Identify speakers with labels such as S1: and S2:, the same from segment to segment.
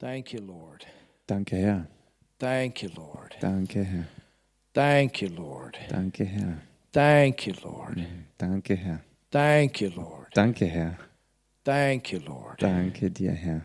S1: Thank you, Lord.
S2: Danke, Herr.
S1: Thank you, Lord.
S2: Danke, Herr.
S1: Thank you, Lord.
S2: Danke, Herr.
S1: Thank you, Lord.
S2: Danke, Herr.
S1: Thank you, Lord.
S2: Danke, Herr.
S1: Thank you, Lord.
S2: Danke dir, Herr.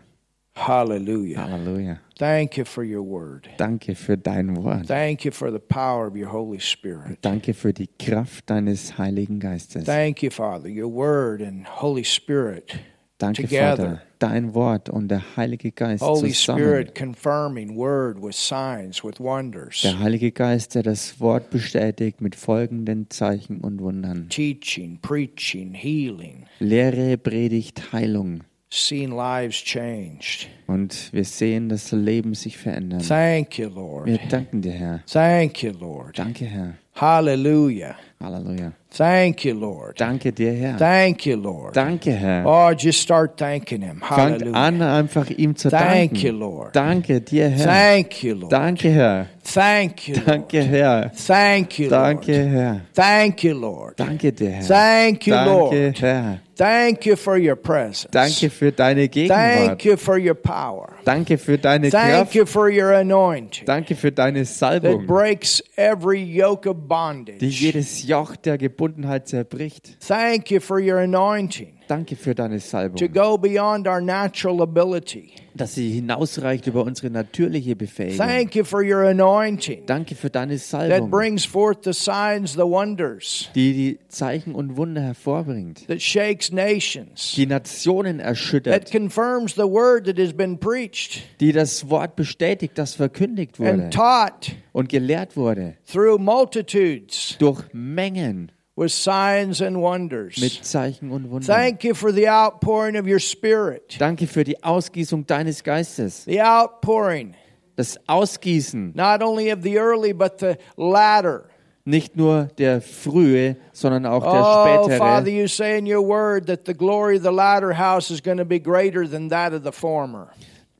S1: Hallelujah.
S2: Halleluja.
S1: Thank you for your word.
S2: Danke für dein Wort.
S1: Thank you for the power of your Holy Spirit.
S2: Danke für die Kraft deines Heiligen Geistes.
S1: Thank you, Father, your word and Holy Spirit.
S2: Danke,
S1: together.
S2: Vater. Dein Wort und der Heilige Geist
S1: Holy
S2: zusammen.
S1: Spirit confirming word with signs, with wonders,
S2: Der Heilige Geist, der das Wort bestätigt mit folgenden Zeichen und Wundern.
S1: teaching, preaching, healing,
S2: Lehre, Predigt, Heilung.
S1: seeing lives changed.
S2: Und wir sehen das Leben sich verändern.
S1: Thank you,
S2: Wir
S1: Lord.
S2: danken dir, Herr.
S1: Thank you, Lord.
S2: Danke, Herr.
S1: Hallelujah.
S2: Halleluja.
S1: Thank you, Lord.
S2: Danke dir, Herr.
S1: Thank you, Lord.
S2: Danke, Herr.
S1: Oh, just start thanking Him.
S2: Fangt
S1: Hallelujah.
S2: an, einfach ihm zu
S1: Thank you,
S2: danken.
S1: Lord.
S2: Danke dir, Herr.
S1: Thank you, Lord.
S2: Danke, Herr.
S1: Thank you, Lord.
S2: Danke, Herr.
S1: Thank you,
S2: Danke,
S1: Lord.
S2: Herr.
S1: Thank you, Lord.
S2: Danke dir, Herr.
S1: Thank you,
S2: Danke,
S1: Lord.
S2: Herr.
S1: Thank you for your presence.
S2: Danke für deine
S1: Thank
S2: Gegenwart.
S1: you for your power.
S2: Danke für deine
S1: Thank
S2: Kraft.
S1: you for your anointing
S2: Danke für deine
S1: that
S2: Salbung,
S1: breaks every yoke of
S2: die
S1: bondage.
S2: jedes Joch der Gebundenheit zerbricht.
S1: Thank you for your anointing
S2: Danke für deine
S1: to
S2: Salbung,
S1: go beyond our natural ability.
S2: dass sie hinausreicht über unsere natürliche Befähigung.
S1: Thank you for your anointing
S2: Danke für deine
S1: that
S2: Salbung,
S1: brings forth the signs, the wonders,
S2: die die Zeichen und Wunder hervorbringt,
S1: that shakes nations,
S2: die Nationen
S1: that
S2: erschüttert,
S1: confirms the word that has been preached
S2: die das Wort bestätigt, das verkündigt wurde
S1: and taught
S2: und gelehrt wurde
S1: through multitudes
S2: durch Mengen
S1: with signs and wonders.
S2: mit Zeichen und Wundern.
S1: Thank you for the outpouring of your spirit,
S2: Danke für die Ausgießung deines Geistes,
S1: the outpouring
S2: das Ausgießen
S1: not only of the early but the latter.
S2: nicht nur der frühe, sondern auch der
S1: Oh, Father,
S2: spätere.
S1: you say in your word that the glory of the latter house is going to be greater than that of the former.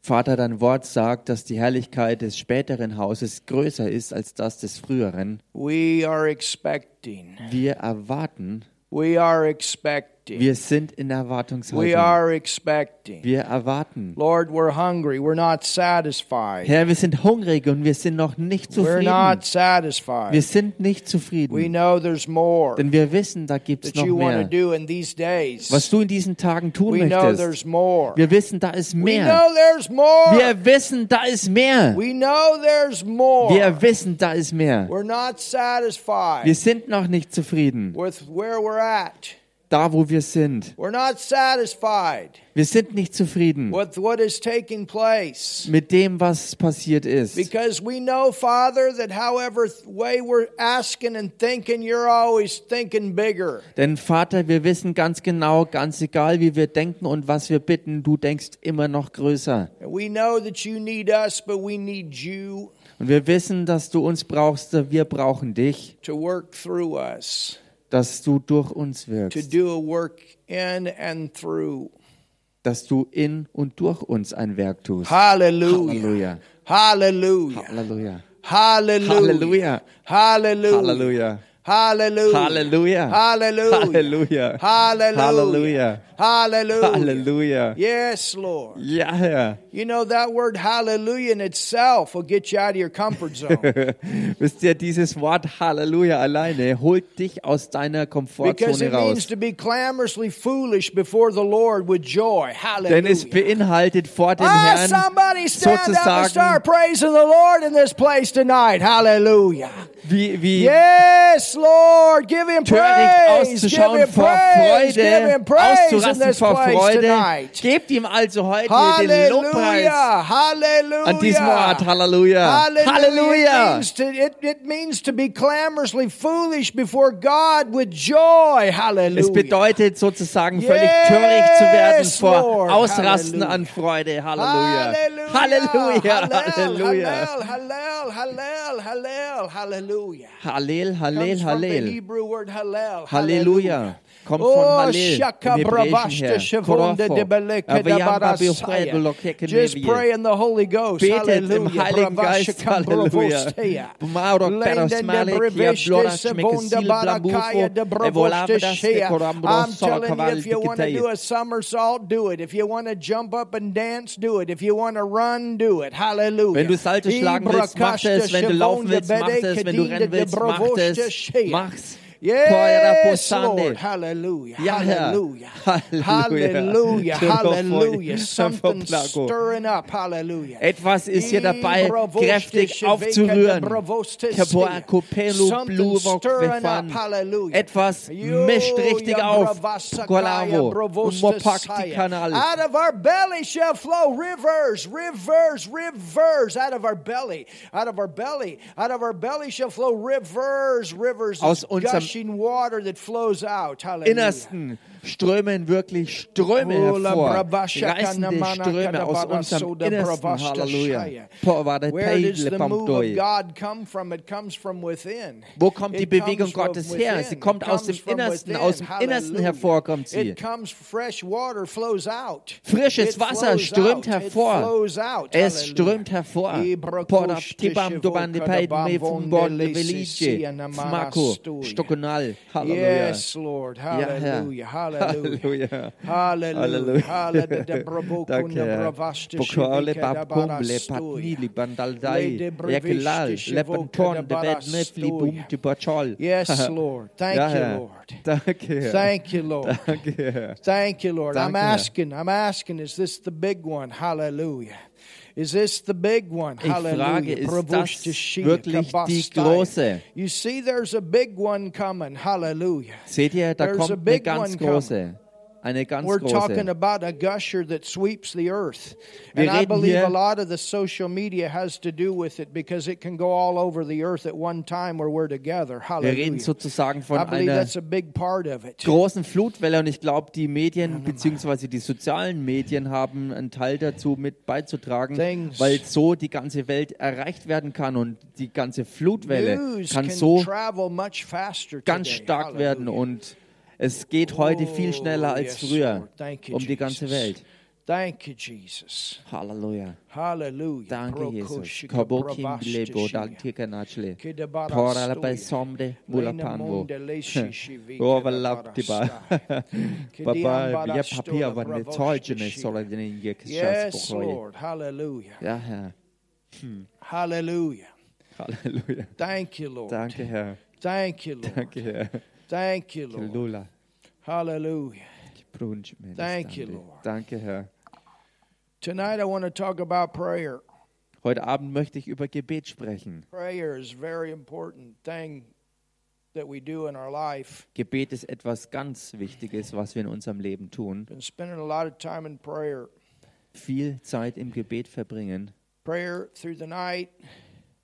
S2: Vater, dein Wort sagt, dass die Herrlichkeit des späteren Hauses größer ist als das des früheren.
S1: We are expecting.
S2: Wir erwarten,
S1: We are expecting.
S2: wir sind in
S1: We
S2: Erwartungshaltung.
S1: are expecting.
S2: Wir erwarten.
S1: Lord, we're hungry. We're not satisfied.
S2: Herr, wir sind hungrig und wir sind noch nicht
S1: We're not
S2: zufrieden. Wir
S1: satisfied.
S2: sind nicht
S1: We
S2: zufrieden,
S1: know there's more
S2: denn wir wissen, da gibt es
S1: that
S2: noch
S1: you want to
S2: mehr.
S1: do in these
S2: Was
S1: days.
S2: du in diesen Tagen tun
S1: We know
S2: möchtest,
S1: there's more.
S2: wir wissen, da ist
S1: We
S2: mehr.
S1: know there's more.
S2: Wir wissen, da ist mehr.
S1: We know there's more.
S2: Wir wissen, da ist mehr.
S1: We're not
S2: Wir
S1: satisfied
S2: sind noch nicht zufrieden,
S1: with where we're at.
S2: da wo wir sind.
S1: We're not satisfied
S2: Wir sind nicht zufrieden
S1: with what is taking place.
S2: mit dem, was passiert ist.
S1: Because we know, Father, that however th- way we're asking and thinking, you're always thinking bigger.
S2: Denn Vater, wir wissen ganz genau, ganz egal, wie wir denken und was wir bitten, du denkst immer noch größer.
S1: And we know that you need us, but we need you
S2: Und wir wissen, dass du uns brauchst, wir brauchen dich,
S1: to work through us,
S2: dass du durch uns
S1: to
S2: wirkst,
S1: do a work in and through.
S2: dass du in und durch uns ein Werk tust.
S1: Hallelujah. Hallelujah.
S2: Halleluja.
S1: Hallelujah.
S2: Halleluja.
S1: Hallelujah. Hallelujah.
S2: Halleluja. Halleluja.
S1: Hallelujah. Hallelujah.
S2: Halleluja. Halleluja.
S1: Hallelujah.
S2: Halleluja.
S1: Yes, Lord.
S2: Ja, Herr.
S1: You know, that word hallelujah in itself will get you out of your comfort zone
S2: Wisst ihr, dieses Wort Halleluja alleine holt dich aus deiner
S1: because
S2: Komfortzone
S1: it means
S2: raus.
S1: to be clamorously foolish before the Lord with joy.
S2: Denn es
S1: Hallelujah.
S2: beinhaltet vor dem
S1: Ah,
S2: Herrn
S1: somebody stand up and
S2: sozusagen-
S1: start praising the Lord in this place tonight. Hallelujah.
S2: wie, wie
S1: Yes, Lord, give him
S2: töricht
S1: praise. Give
S2: auszuschauen
S1: him
S2: vor
S1: praise. Give
S2: Freude,
S1: him praise in
S2: auszurasten
S1: this
S2: vor
S1: place
S2: Freude.
S1: tonight.
S2: Gebt ihm also heute den Lobpreis
S1: Hallelujah. Hallelujah.
S2: an diesem Ort. Halleluja.
S1: Hallelujah. It,
S2: Halleluja.
S1: means to, it, it means to be clamorously foolish before God with joy. Hallelujah.
S2: Es bedeutet sozusagen völlig
S1: Yes,
S2: töricht zu werden
S1: Lord.
S2: vor Ausrasten
S1: Halleluja.
S2: an Freude. Halleluja.
S1: Hallelujah.
S2: Halleluja.
S1: Hallel, Hallel,
S2: Halleluja.
S1: Hallel, Hallel, Hallel, Hallelujah. Comes
S2: Hallel, Hallel,
S1: from the
S2: Hallel.
S1: Hebrew word Hallel.
S2: Halleluja. Kommt von
S1: Oh,
S2: Hallel im
S1: shaka
S2: Hebräischen
S1: brabashta
S2: her.
S1: shavonde
S2: Korofo.
S1: de beleke da
S2: Aviyam
S1: barasaya.
S2: babihoel lokeke
S1: Just
S2: nevie.
S1: pray in the Holy Ghost.
S2: Betet im
S1: Hallelujah.
S2: Heiligen Geist,
S1: Brabashaka
S2: Halleluja.
S1: bravosteya.
S2: Mauro
S1: Lende
S2: peros
S1: de
S2: male, kia
S1: breveshte
S2: blora schmecke
S1: sevonde
S2: sil
S1: barakaya de
S2: blabufo, e volava da
S1: bravosteya.
S2: stekorambro
S1: I'm
S2: sola
S1: telling you,
S2: cavalli
S1: if you want to
S2: dicitei.
S1: do a somersault, do it. If you want to jump up and dance, do it. If you want to run, do it. Hallelujah.
S2: Wenn du Salte schlagen willst, mach es. Wenn du laufen willst, mach es. Wenn du rennen willst, mach es. Mach's. Teurer
S1: Yes,
S2: Posande.
S1: Lord. Hallelujah.
S2: Ja, Herr.
S1: Hallelujah.
S2: Halleluja.
S1: Hallelujah. Hallelujah.
S2: Something
S1: Something stirring up. Hallelujah.
S2: Etwas ist hier
S1: Mm,
S2: dabei, kräftig aufzurühren. Keboa kopelo bluvo kvefan. Etwas mischt richtig auf. Kolavo, mopakti kanal.
S1: Out of our belly shall flow rivers, rivers, rivers. Out of our belly, out of our belly, out of our belly shall flow rivers, rivers
S2: Aus
S1: of
S2: unserem
S1: gushing water that flows out. Hallelujah.
S2: Innersten strömen wirklich Ströme hervor. Reißende Ströme aus unserem Innersten. Halleluja. Povade
S1: Where does
S2: teidle
S1: the move of
S2: pamtoi.
S1: God come from? It comes from within.
S2: Wo kommt die
S1: It comes
S2: Bewegung
S1: from
S2: Gottes her? Sie
S1: within.
S2: kommt
S1: It
S2: aus
S1: comes
S2: dem
S1: from
S2: Innersten,
S1: within.
S2: aus dem Innersten
S1: Hallelujah.
S2: hervorkommt sie.
S1: It comes fresh water flows out.
S2: Frisches
S1: It
S2: Wasser
S1: flows
S2: strömt
S1: out.
S2: hervor.
S1: It flows out.
S2: Es
S1: Hallelujah.
S2: strömt hervor.
S1: Ibra
S2: Pora
S1: kush
S2: tibam doban de
S1: tishivu
S2: peiden me
S1: kadabam
S2: fun bon de
S1: vondelisi
S2: velice.
S1: siena
S2: Smako,
S1: manastuja.
S2: stokonal. Halleluja.
S1: Yes, Lord.
S2: Herr.
S1: Hallelujah. Hallelujah.
S2: Halleluja.
S1: Hallelujah. Hallelujah. Da
S2: Danke,
S1: brabokunda
S2: Herr.
S1: bravashta
S2: Bokole
S1: shivika da
S2: babkum le
S1: barastuya.
S2: patni li bandaldai.
S1: Lede brevisti
S2: Ekelal, le
S1: shivoka
S2: panton de
S1: da
S2: bed ne fli bum
S1: barastuja.
S2: ti bachol.
S1: Yes, Lord. Thank
S2: Ja,
S1: you,
S2: Herr.
S1: Lord.
S2: Danke, Herr.
S1: Thank you, Lord.
S2: Danke, Herr.
S1: Thank you, Lord. I'm
S2: Danke, Herr.
S1: asking, I'm asking, is this the big one? Hallelujah. Is this the big one?
S2: Ich frage,
S1: Hallelujah.
S2: ist
S1: Provost
S2: das
S1: Shia,
S2: wirklich
S1: Kabastai.
S2: die große?
S1: You see, there's a big one coming. Hallelujah.
S2: Seht ihr, da
S1: There's
S2: kommt
S1: a
S2: eine
S1: big
S2: ganz
S1: one
S2: große. Eine ganz
S1: We're talking
S2: große.
S1: about a gusher that sweeps the earth.
S2: Wir
S1: And I
S2: reden
S1: believe
S2: hier-
S1: a lot of the social media has to do with it because it can go all over the earth at one time where we're together.
S2: Wir reden
S1: Hallelujah.
S2: sozusagen von
S1: I believe
S2: einer
S1: that's a big part of it.
S2: großen Flutwelle und ich glaube, die Medien bzw. die sozialen Medien haben einen Teil dazu mit beizutragen,
S1: Things.
S2: weil so die ganze Welt erreicht werden kann und die ganze Flutwelle
S1: News
S2: kann
S1: can
S2: so
S1: travel much faster
S2: ganz
S1: today.
S2: stark werden
S1: Hallelujah.
S2: und es geht heute viel
S1: Oh,
S2: schneller als
S1: yes,
S2: früher
S1: Lord. Thank you,
S2: um die ganze
S1: Jesus.
S2: Welt.
S1: Thank you, Jesus.
S2: Halleluja.
S1: Hallelujah.
S2: Danke, Jesus.
S1: Prokoshika
S2: Kabokim
S1: brabashta
S2: lebo
S1: shia.
S2: daltikanacle.
S1: Kedabara
S2: Tora la
S1: stoia.
S2: bei sombre
S1: Lena
S2: mulapanvo.
S1: monde leshi shivi
S2: Oh, Overlap die ba.
S1: kedabara stai.
S2: Baba, ja
S1: Kediambara stola
S2: Papier, wenn der
S1: bravoshta
S2: Zeugene
S1: shia.
S2: soll den in
S1: Yes,
S2: Jekischatsbuchreue.
S1: Lord. Hallelujah.
S2: Ja, Herr.
S1: Hallelujah.
S2: Halleluja.
S1: Thank you, Lord.
S2: Danke, Herr.
S1: Thank you, Lord.
S2: Danke, Herr.
S1: Thank you, Lord.
S2: Lula.
S1: Hallelujah.
S2: Brunch, Mendes,
S1: Thank you,
S2: Danke.
S1: Lord.
S2: Danke, Herr.
S1: Tonight I want to talk about prayer.
S2: Heute Abend möchte ich über Gebet sprechen.
S1: Prayer is a very important thing that we do in our life.
S2: Gebet ist etwas ganz Wichtiges, was wir in unserem Leben tun.
S1: Been spending a lot of time in prayer.
S2: Viel Zeit im Gebet verbringen.
S1: Prayer through the night,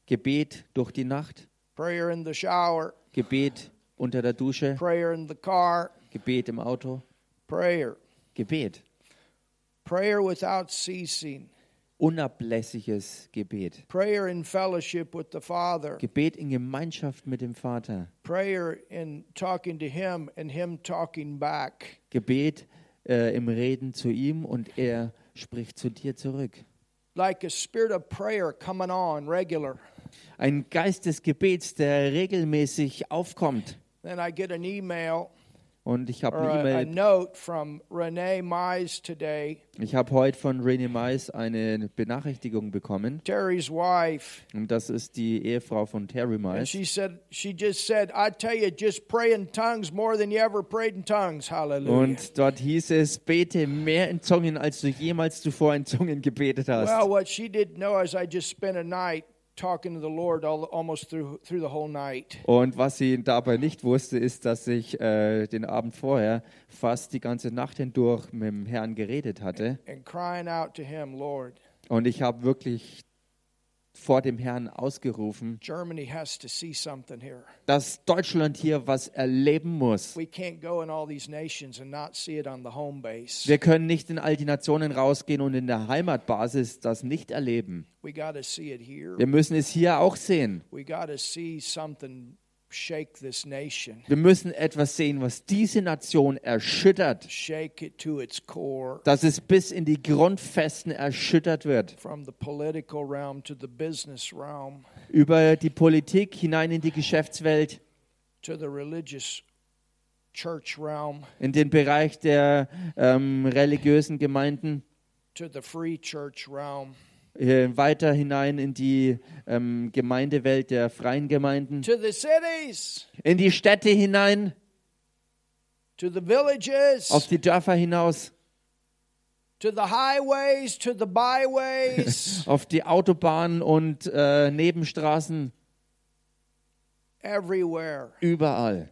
S2: Gebet durch die Nacht,
S1: prayer in the shower,
S2: Gebet unter der Dusche,
S1: prayer in the car,
S2: Gebet im Auto,
S1: prayer.
S2: Gebet.
S1: Prayer without ceasing.
S2: Unablässiges Gebet.
S1: Prayer in fellowship with the Father.
S2: Gebet in Gemeinschaft mit dem Vater.
S1: Prayer in talking to Him and Him talking back.
S2: Gebet äh, im Reden zu ihm und er spricht zu dir zurück.
S1: Like a spirit of prayer coming on regular.
S2: Ein Geist des Gebets, der regelmäßig aufkommt.
S1: Then I get an email
S2: Und ich habe
S1: or
S2: eine
S1: a, a
S2: E-Mail.
S1: note from Renee Mize today.
S2: Ich habe heute von Renee Mais eine Benachrichtigung bekommen.
S1: Terry's wife.
S2: Und das ist die Ehefrau von Terry
S1: And
S2: Mais.
S1: she said, she just said, I tell you, just pray in tongues more than you ever prayed in tongues. Hallelujah.
S2: Und dort hieß es, bete mehr in Zungen, als du jemals zuvor in Zungen gebetet
S1: well,
S2: hast.
S1: what she didn't know is I just spent a night talking to the Lord all, almost through through the whole night.
S2: Und was sie dabei nicht wusste, ist, dass ich äh, den Abend vorher fast die ganze Nacht hindurch mit dem Herrn geredet hatte.
S1: and crying out to him, Lord,
S2: Und ich habe wirklich vor dem Herrn ausgerufen,
S1: Germany has to see something here.
S2: dass Deutschland hier was erleben muss.
S1: We can't go in all these nations and not see it on the home base.
S2: Wir können nicht in all die Nationen rausgehen und in der Heimatbasis das nicht erleben.
S1: We got to see it here.
S2: Wir müssen es hier auch sehen.
S1: We got to see something shake this nation,
S2: Wir müssen etwas sehen, was diese Nation erschüttert,
S1: shake it to its core
S2: dass es bis in die Grundfesten erschüttert wird.
S1: from the political realm to the business realm
S2: Über die Politik hinein in die Geschäftswelt,
S1: to the religious church realm
S2: in den Bereich der ähm, religiösen Gemeinden,
S1: to the free church realm
S2: äh, weiter hinein in die ähm, Gemeindewelt der freien Gemeinden,
S1: to the cities
S2: in die Städte hinein,
S1: to the villages
S2: auf die Dörfer hinaus,
S1: to the highways to the byways
S2: auf die Autobahnen und äh, Nebenstraßen,
S1: everywhere
S2: überall,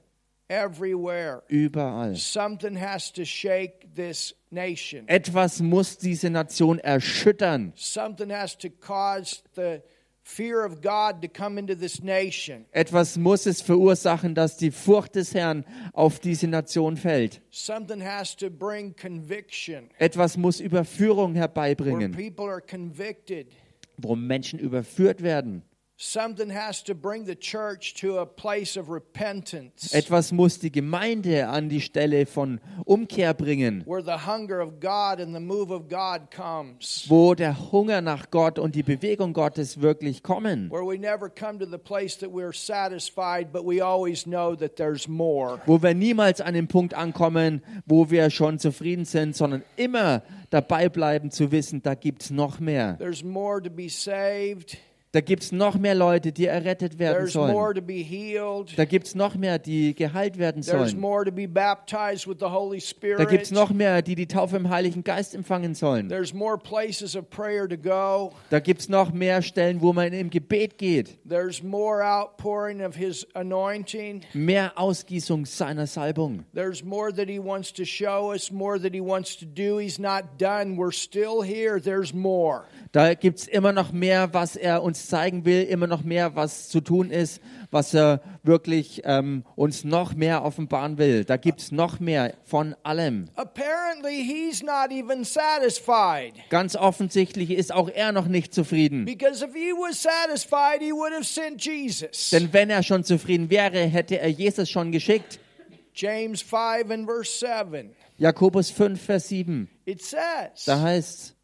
S1: everywhere
S2: überall.
S1: something has to shake this nation
S2: Etwas muss diese Nation erschüttern.
S1: something has to cause the fear of God to come into this nation.
S2: Etwas muss es verursachen, dass die Furcht des Herrn auf diese Nation fällt.
S1: Something has to bring conviction
S2: Etwas muss Überführung
S1: where
S2: herbeibringen,
S1: people are convicted.
S2: wo Menschen überführt werden.
S1: Something has to bring the church to a place of repentance
S2: Etwas muss die Gemeinde an die Stelle von Umkehr bringen,
S1: where the hunger of God and the move of God comes.
S2: wo der Hunger nach Gott und die Bewegung Gottes wirklich kommen,
S1: Where we never come to the place that we're satisfied, but we always know that there's more.
S2: wo wir niemals an den Punkt ankommen, wo wir schon zufrieden sind, sondern immer dabei bleiben zu wissen, da gibt es noch mehr.
S1: There's more to be saved.
S2: Da gibt es noch mehr Leute, die errettet werden
S1: There's more
S2: sollen.
S1: to be healed.
S2: Da gibt es noch mehr, die geheilt werden
S1: There's
S2: sollen.
S1: more to be baptized with the Holy Spirit.
S2: Da gibt es noch mehr, die die Taufe im Heiligen Geist empfangen sollen.
S1: There's more places of prayer to go.
S2: Da gibt es noch mehr Stellen, wo man im Gebet geht.
S1: There's more outpouring of His anointing.
S2: Mehr Ausgießung seiner Salbung.
S1: There's more that He wants to show us, more that He wants to do. He's not done. We're still here. There's more.
S2: Da gibt es immer noch mehr, was er uns zeigen will, immer noch mehr, was zu tun ist, was er wirklich ähm, uns noch mehr offenbaren will. Da gibt es noch mehr von allem.
S1: Apparently, He's not even satisfied.
S2: Ganz offensichtlich ist auch er noch nicht zufrieden.
S1: Because if He was satisfied, He would have sent Jesus.
S2: Denn wenn er schon zufrieden wäre, hätte er Jesus schon geschickt.
S1: James 5 and verse 7.
S2: Jakobus 5, Vers 7,
S1: It says,
S2: da heißt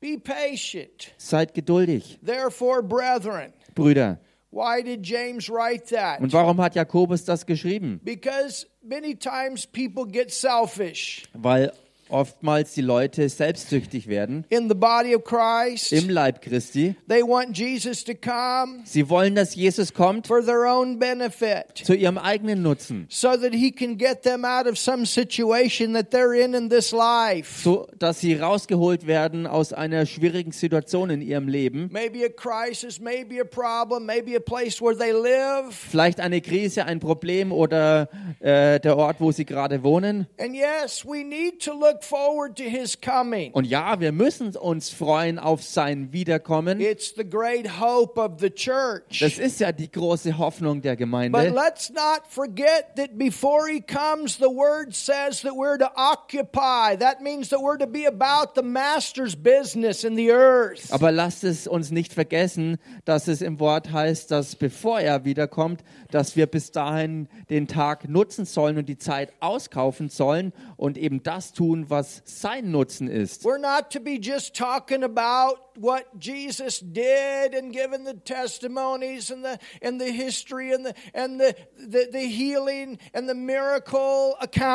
S1: Be patient,
S2: seid geduldig,
S1: therefore, brethren.
S2: Brüder.
S1: Why did James write that?
S2: Und warum hat Jakobus das geschrieben?
S1: Because many times people get selfish
S2: Weil oftmals die Leute selbstsüchtig werden
S1: in the body of Christ.
S2: im Leib Christi.
S1: They want Jesus to come
S2: Sie wollen, dass Jesus kommt
S1: for their own benefit
S2: zu ihrem eigenen Nutzen,
S1: so that he can get them out of some situation that they're in in this life.
S2: so dass sie rausgeholt werden aus einer schwierigen Situation in ihrem Leben.
S1: Maybe a crisis, maybe a problem, maybe a place where they live.
S2: Vielleicht eine Krise, ein Problem oder äh, der Ort, wo sie gerade wohnen.
S1: And yes, we need to look forward to his coming.
S2: Und ja, wir müssen uns freuen auf sein Wiederkommen.
S1: It's the great hope of the
S2: Das
S1: church.
S2: ist ja die große Hoffnung der
S1: But
S2: Gemeinde.
S1: let's not forget that before he comes, the word says that we're to occupy. That means that we're to be about the master's business in the earth.
S2: Aber lasst es uns nicht vergessen, dass es im Wort heißt, dass bevor er wiederkommt, dass wir bis dahin den Tag nutzen sollen und die Zeit auskaufen sollen und eben das tun, was sein Nutzen ist.
S1: We're not to be just talking about what Jesus did and giving the testimonies and the and the history and the and the, the, the healing and the miracle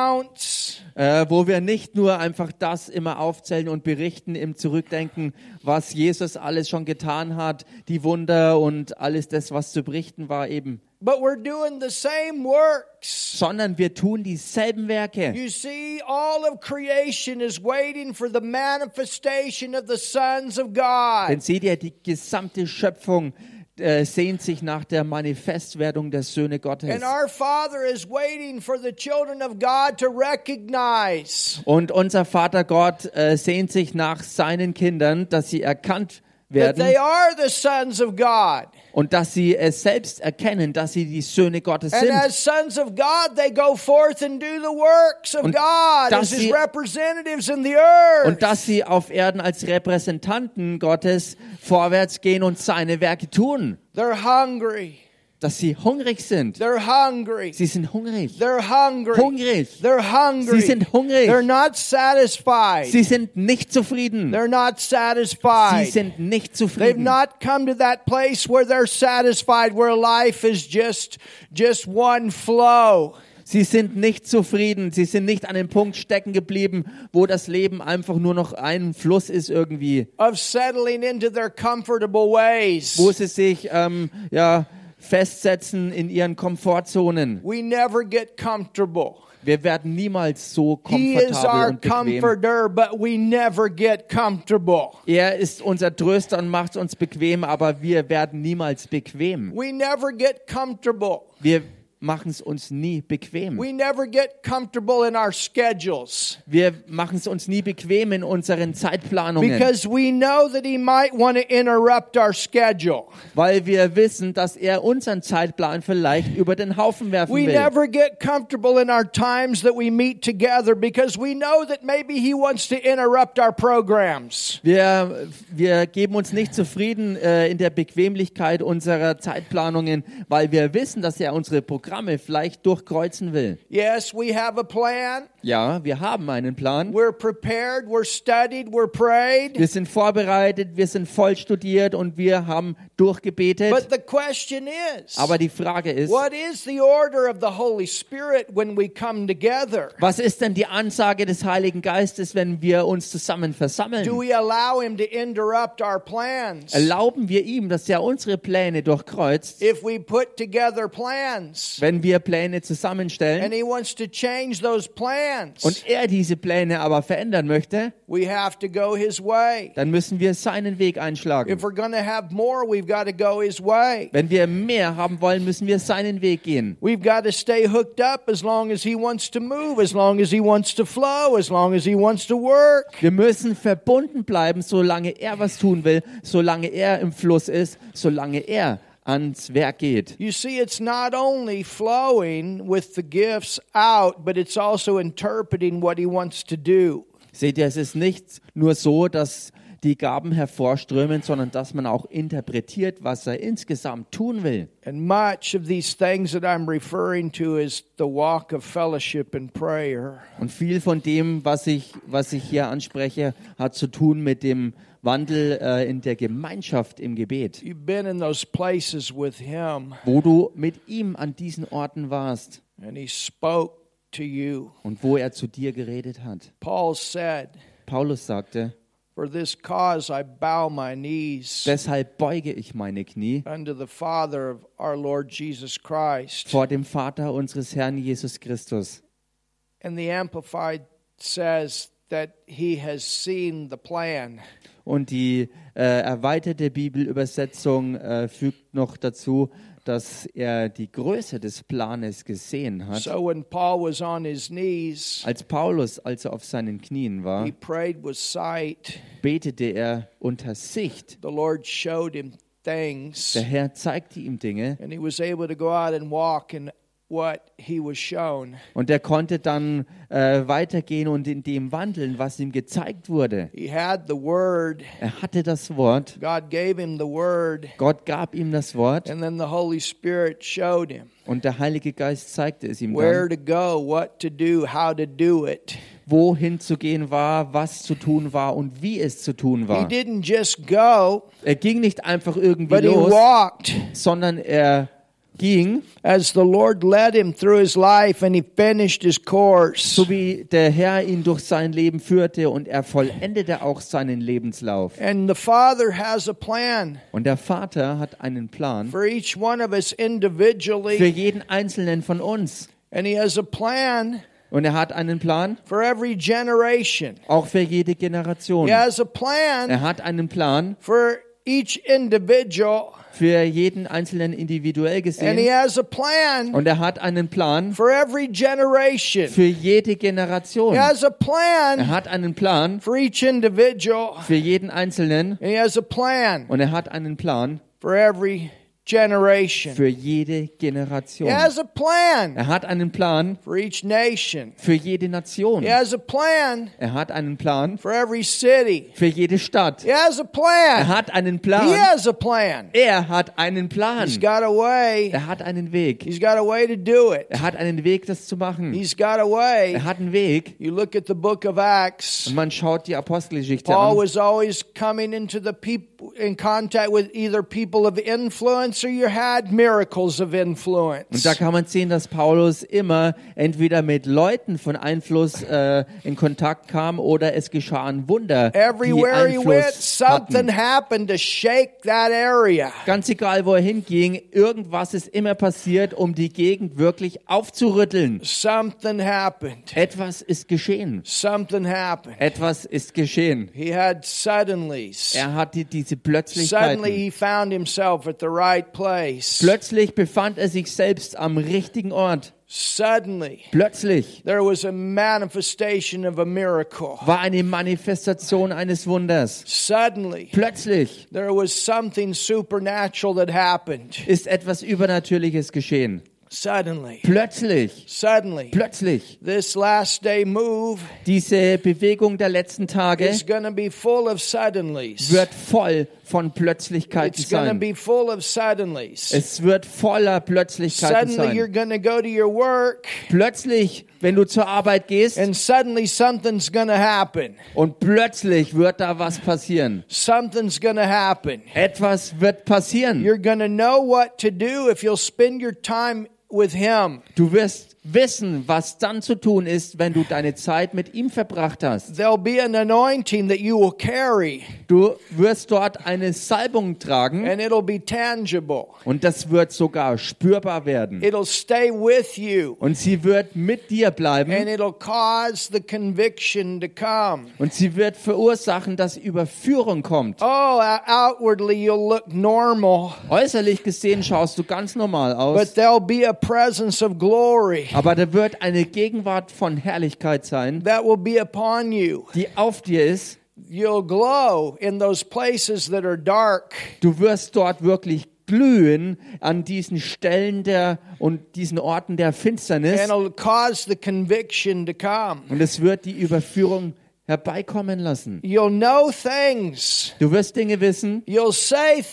S1: accounts.
S2: Äh, wo wir nicht nur einfach das immer aufzählen und berichten im Zurückdenken, was Jesus alles schon getan hat, die Wunder und alles das, was zu berichten war eben.
S1: But we're doing the same works.
S2: sondern wir tun dieselben Werke.
S1: You see, all of creation is waiting for the manifestation of the sons of
S2: Denn
S1: God.
S2: seht ihr, die gesamte Schöpfung äh, sehnt sich nach der Manifestwerdung der Söhne Gottes.
S1: And our Father is waiting for the children of God to recognize
S2: Und unser Vater Gott äh, sehnt sich nach seinen Kindern, dass sie erkannt
S1: that
S2: werden
S1: they are the sons of God.
S2: und dass sie es selbst erkennen, dass sie die Söhne Gottes
S1: And
S2: sind.
S1: as sons of God, they go forth and do the works of
S2: Und
S1: God
S2: dass
S1: as His
S2: sie-
S1: representatives in the earth.
S2: Und dass sie auf Erden als Repräsentanten Gottes vorwärts gehen und seine Werke tun.
S1: they're hungry.
S2: Dass sie hungrig sind.
S1: They're hungry.
S2: Sie sind hungrig.
S1: They're hungry.
S2: Hungrig.
S1: They're hungry.
S2: Sie sind hungrig.
S1: They're not satisfied.
S2: Sie sind nicht zufrieden.
S1: they're not
S2: Sie
S1: satisfied.
S2: sind nicht
S1: They've
S2: zufrieden.
S1: not come to that place where they're satisfied, where life is just just one flow.
S2: Sie sind nicht zufrieden. Sie sind nicht an dem Punkt stecken geblieben, wo das Leben einfach nur noch ein Fluss ist irgendwie.
S1: of settling into their comfortable ways.
S2: Wo sie sich ähm, ja, festsetzen in ihren Komfortzonen.
S1: We never get comfortable.
S2: Wir werden niemals so
S1: He is
S2: komfortabel
S1: our
S2: und bequem.
S1: comforter, but we never get comfortable.
S2: Er ist unser Tröster und macht uns bequem, aber wir werden niemals bequem.
S1: We never get comfortable.
S2: Wir machen es uns nie bequem.
S1: We never get comfortable in our schedules
S2: Wir machen es uns nie bequem in unseren Zeitplanungen,
S1: because we know that He might want to interrupt our schedule.
S2: weil wir wissen, dass er unseren Zeitplan vielleicht über den Haufen werfen
S1: We
S2: will.
S1: never get comfortable in our times that we meet together because we know that maybe He wants to interrupt our programs.
S2: Wir, wir geben uns nicht zufrieden äh, in der Bequemlichkeit unserer Zeitplanungen, weil wir wissen, dass er unsere Programme vielleicht durchkreuzen will.
S1: Yes, we have a plan.
S2: Ja, wir haben einen Plan.
S1: We're prepared, we're studied, we're prayed.
S2: Wir sind vorbereitet, wir sind voll studiert und wir haben durchgebetet.
S1: But the question is
S2: Aber die Frage ist,
S1: what is the order of the Holy Spirit when we come together?
S2: was ist denn die Ansage des Heiligen Geistes, wenn wir uns zusammen
S1: Do
S2: versammeln?
S1: we allow Him to interrupt our plans?
S2: Erlauben wir ihm, dass er unsere Pläne durchkreuzt,
S1: If we put together plans
S2: wenn wir Pläne
S1: and
S2: zusammenstellen
S1: He wants to change those plans,
S2: und er diese Pläne aber verändern möchte,
S1: we have to go His way.
S2: dann müssen wir seinen Weg einschlagen.
S1: If we're going to have more, we've got to go His way.
S2: Wenn wir mehr haben wollen, müssen wir seinen Weg gehen.
S1: We've got to stay hooked up as long as He wants to move, as long as He wants to flow, as long as He wants to work.
S2: Wir müssen verbunden bleiben, solange er was tun will, solange er im Fluss ist, solange er ans Werk geht.
S1: You see, it's not only flowing with the gifts out, but it's also interpreting what he wants to do.
S2: Seht ihr, es ist nicht nur so, dass die Gaben hervorströmen, sondern dass man auch interpretiert, was er insgesamt tun will.
S1: And much of these things that I'm referring to is the walk of fellowship and prayer.
S2: Und viel von dem, was ich, was ich hier anspreche, hat zu tun mit dem Wandel äh, in der Gemeinschaft im Gebet,
S1: You've been in those places with him,
S2: wo du mit ihm an diesen Orten warst
S1: and he spoke to you.
S2: und wo er zu dir geredet hat.
S1: Paul said,
S2: Paulus sagte,
S1: For this cause I bow my knees
S2: deshalb beuge ich meine Knie
S1: unto the Father of our Lord Jesus Christ.
S2: vor dem Vater unseres Herrn Jesus Christus.
S1: And the Amplified says that he has seen the plan.
S2: Und die äh, erweiterte Bibelübersetzung äh, fügt noch dazu, dass er die Größe des Planes gesehen hat.
S1: So when Paul was on his knees,
S2: Als Paulus also auf seinen Knien war,
S1: he prayed with sight.
S2: betete er unter Sicht.
S1: The Lord showed him things,
S2: Der Herr zeigte ihm Dinge
S1: and he was able to go out and walk in what he was shown.
S2: und er konnte dann äh, weitergehen und in dem wandeln, was ihm gezeigt wurde.
S1: He had the word.
S2: Er hatte das Wort,
S1: God gave him the word,
S2: Gott gab ihm das Wort
S1: and then the Holy Spirit showed him
S2: und der Heilige Geist zeigte es ihm
S1: where
S2: dann,
S1: to go, what to do, how to do it.
S2: wohin zu gehen war, was zu tun war und wie es zu tun
S1: He
S2: war.
S1: didn't just go,
S2: Er ging nicht einfach irgendwie
S1: but he
S2: los,
S1: walked
S2: sondern er ging,
S1: as the Lord led him through his life, and he finished his course.
S2: so wie der Herr ihn durch sein Leben führte und er vollendete auch seinen Lebenslauf.
S1: And the Father has a plan.
S2: Und der Vater hat einen Plan
S1: for each one of us
S2: für
S1: individually,
S2: jeden einzelnen von uns.
S1: and He has a plan
S2: Und er hat einen Plan
S1: for every generation.
S2: auch für jede Generation.
S1: He
S2: Er
S1: has a plan
S2: hat einen Plan
S1: for each individual,
S2: für jeden Einzelnen individuell
S1: and He
S2: gesehen.
S1: has a plan
S2: Und er hat einen Plan
S1: for every generation.
S2: für jede Generation.
S1: He has a
S2: Er
S1: plan
S2: hat einen Plan
S1: for each individual,
S2: für jeden Einzelnen.
S1: and He has a plan
S2: Und er hat einen Plan
S1: for every generation.
S2: für jede
S1: He
S2: Generation.
S1: has a plan
S2: Er hat einen Plan
S1: for each nation.
S2: für jede Nation.
S1: He has a plan
S2: Er hat einen Plan
S1: for every city.
S2: für jede Stadt.
S1: He has a
S2: Er
S1: plan.
S2: hat einen
S1: He
S2: Plan.
S1: has a plan.
S2: Er hat einen Plan.
S1: He's got a way.
S2: Er hat einen Weg.
S1: He's got a way to do it.
S2: Er hat einen Weg, das zu machen.
S1: He's got a way.
S2: Er hat einen Weg.
S1: You look at the book of Acts.
S2: Und man schaut die Apostelgeschichte
S1: Paul
S2: an.
S1: was always coming into the people in contact with either people of influence or you had miracles of
S2: Und
S1: influence.
S2: da kann man sehen, dass Paulus immer entweder mit Leuten von Einfluss äh, in Kontakt kam oder es geschahen Wunder, die
S1: Everywhere he went,
S2: Einfluss
S1: something
S2: hatten.
S1: happened to shake that area.
S2: Ganz egal, wo er hinging, irgendwas ist immer passiert, um die Gegend wirklich aufzurütteln.
S1: Something happened.
S2: Etwas ist geschehen.
S1: Something happened.
S2: Etwas ist geschehen.
S1: He had suddenlies.
S2: Er hatte diese
S1: Suddenly
S2: Plötzlichkeiten.
S1: he found himself at the right place.
S2: Plötzlich befand er sich selbst am richtigen Ort.
S1: Suddenly
S2: Plötzlich
S1: there was a manifestation of a miracle.
S2: war eine Manifestation eines Wunders.
S1: Suddenly
S2: Plötzlich
S1: there was something supernatural that happened.
S2: ist etwas Übernatürliches geschehen.
S1: Suddenly.
S2: Plötzlich,
S1: Suddenly.
S2: plötzlich.
S1: This last day move
S2: Diese Bewegung der letzten Tage
S1: is going to be full of suddenlies.
S2: wird voll von Plötzlichkeiten
S1: It's going to
S2: sein.
S1: be full of suddenlies.
S2: Es wird voller Plötzlichkeiten
S1: Suddenly you're
S2: sein.
S1: going to go to your work
S2: Plötzlich, wenn du zur Arbeit gehst
S1: and suddenly something's going to happen.
S2: und plötzlich wird da was passieren.
S1: Something's going to happen.
S2: Etwas wird passieren.
S1: You're going to know what to do if you'll spend your time with Him.
S2: Du wirst wissen, was dann zu tun ist, wenn du deine Zeit mit ihm verbracht hast.
S1: There'll be an anointing that you will carry,
S2: Du wirst dort eine Salbung tragen
S1: and it'll be tangible.
S2: und das wird sogar spürbar werden.
S1: It'll stay with you,
S2: Und sie wird mit dir
S1: and
S2: bleiben
S1: it'll cause the conviction to come.
S2: und sie wird verursachen, dass Überführung kommt.
S1: Oh, o- outwardly you'll look normal,
S2: Äußerlich gesehen schaust du ganz normal
S1: but
S2: aus,
S1: there'll be a presence of glory
S2: aber da wird eine Gegenwart von Herrlichkeit sein,
S1: that will be upon you.
S2: die auf dir ist.
S1: You'll glow in those places that are dark.
S2: Du wirst dort wirklich glühen an diesen Stellen der und diesen Orten der Finsternis.
S1: And it'll cause the conviction to come.
S2: Und es wird die Überführung herbeikommen lassen.
S1: You'll know things.
S2: Du wirst Dinge wissen,
S1: You'll say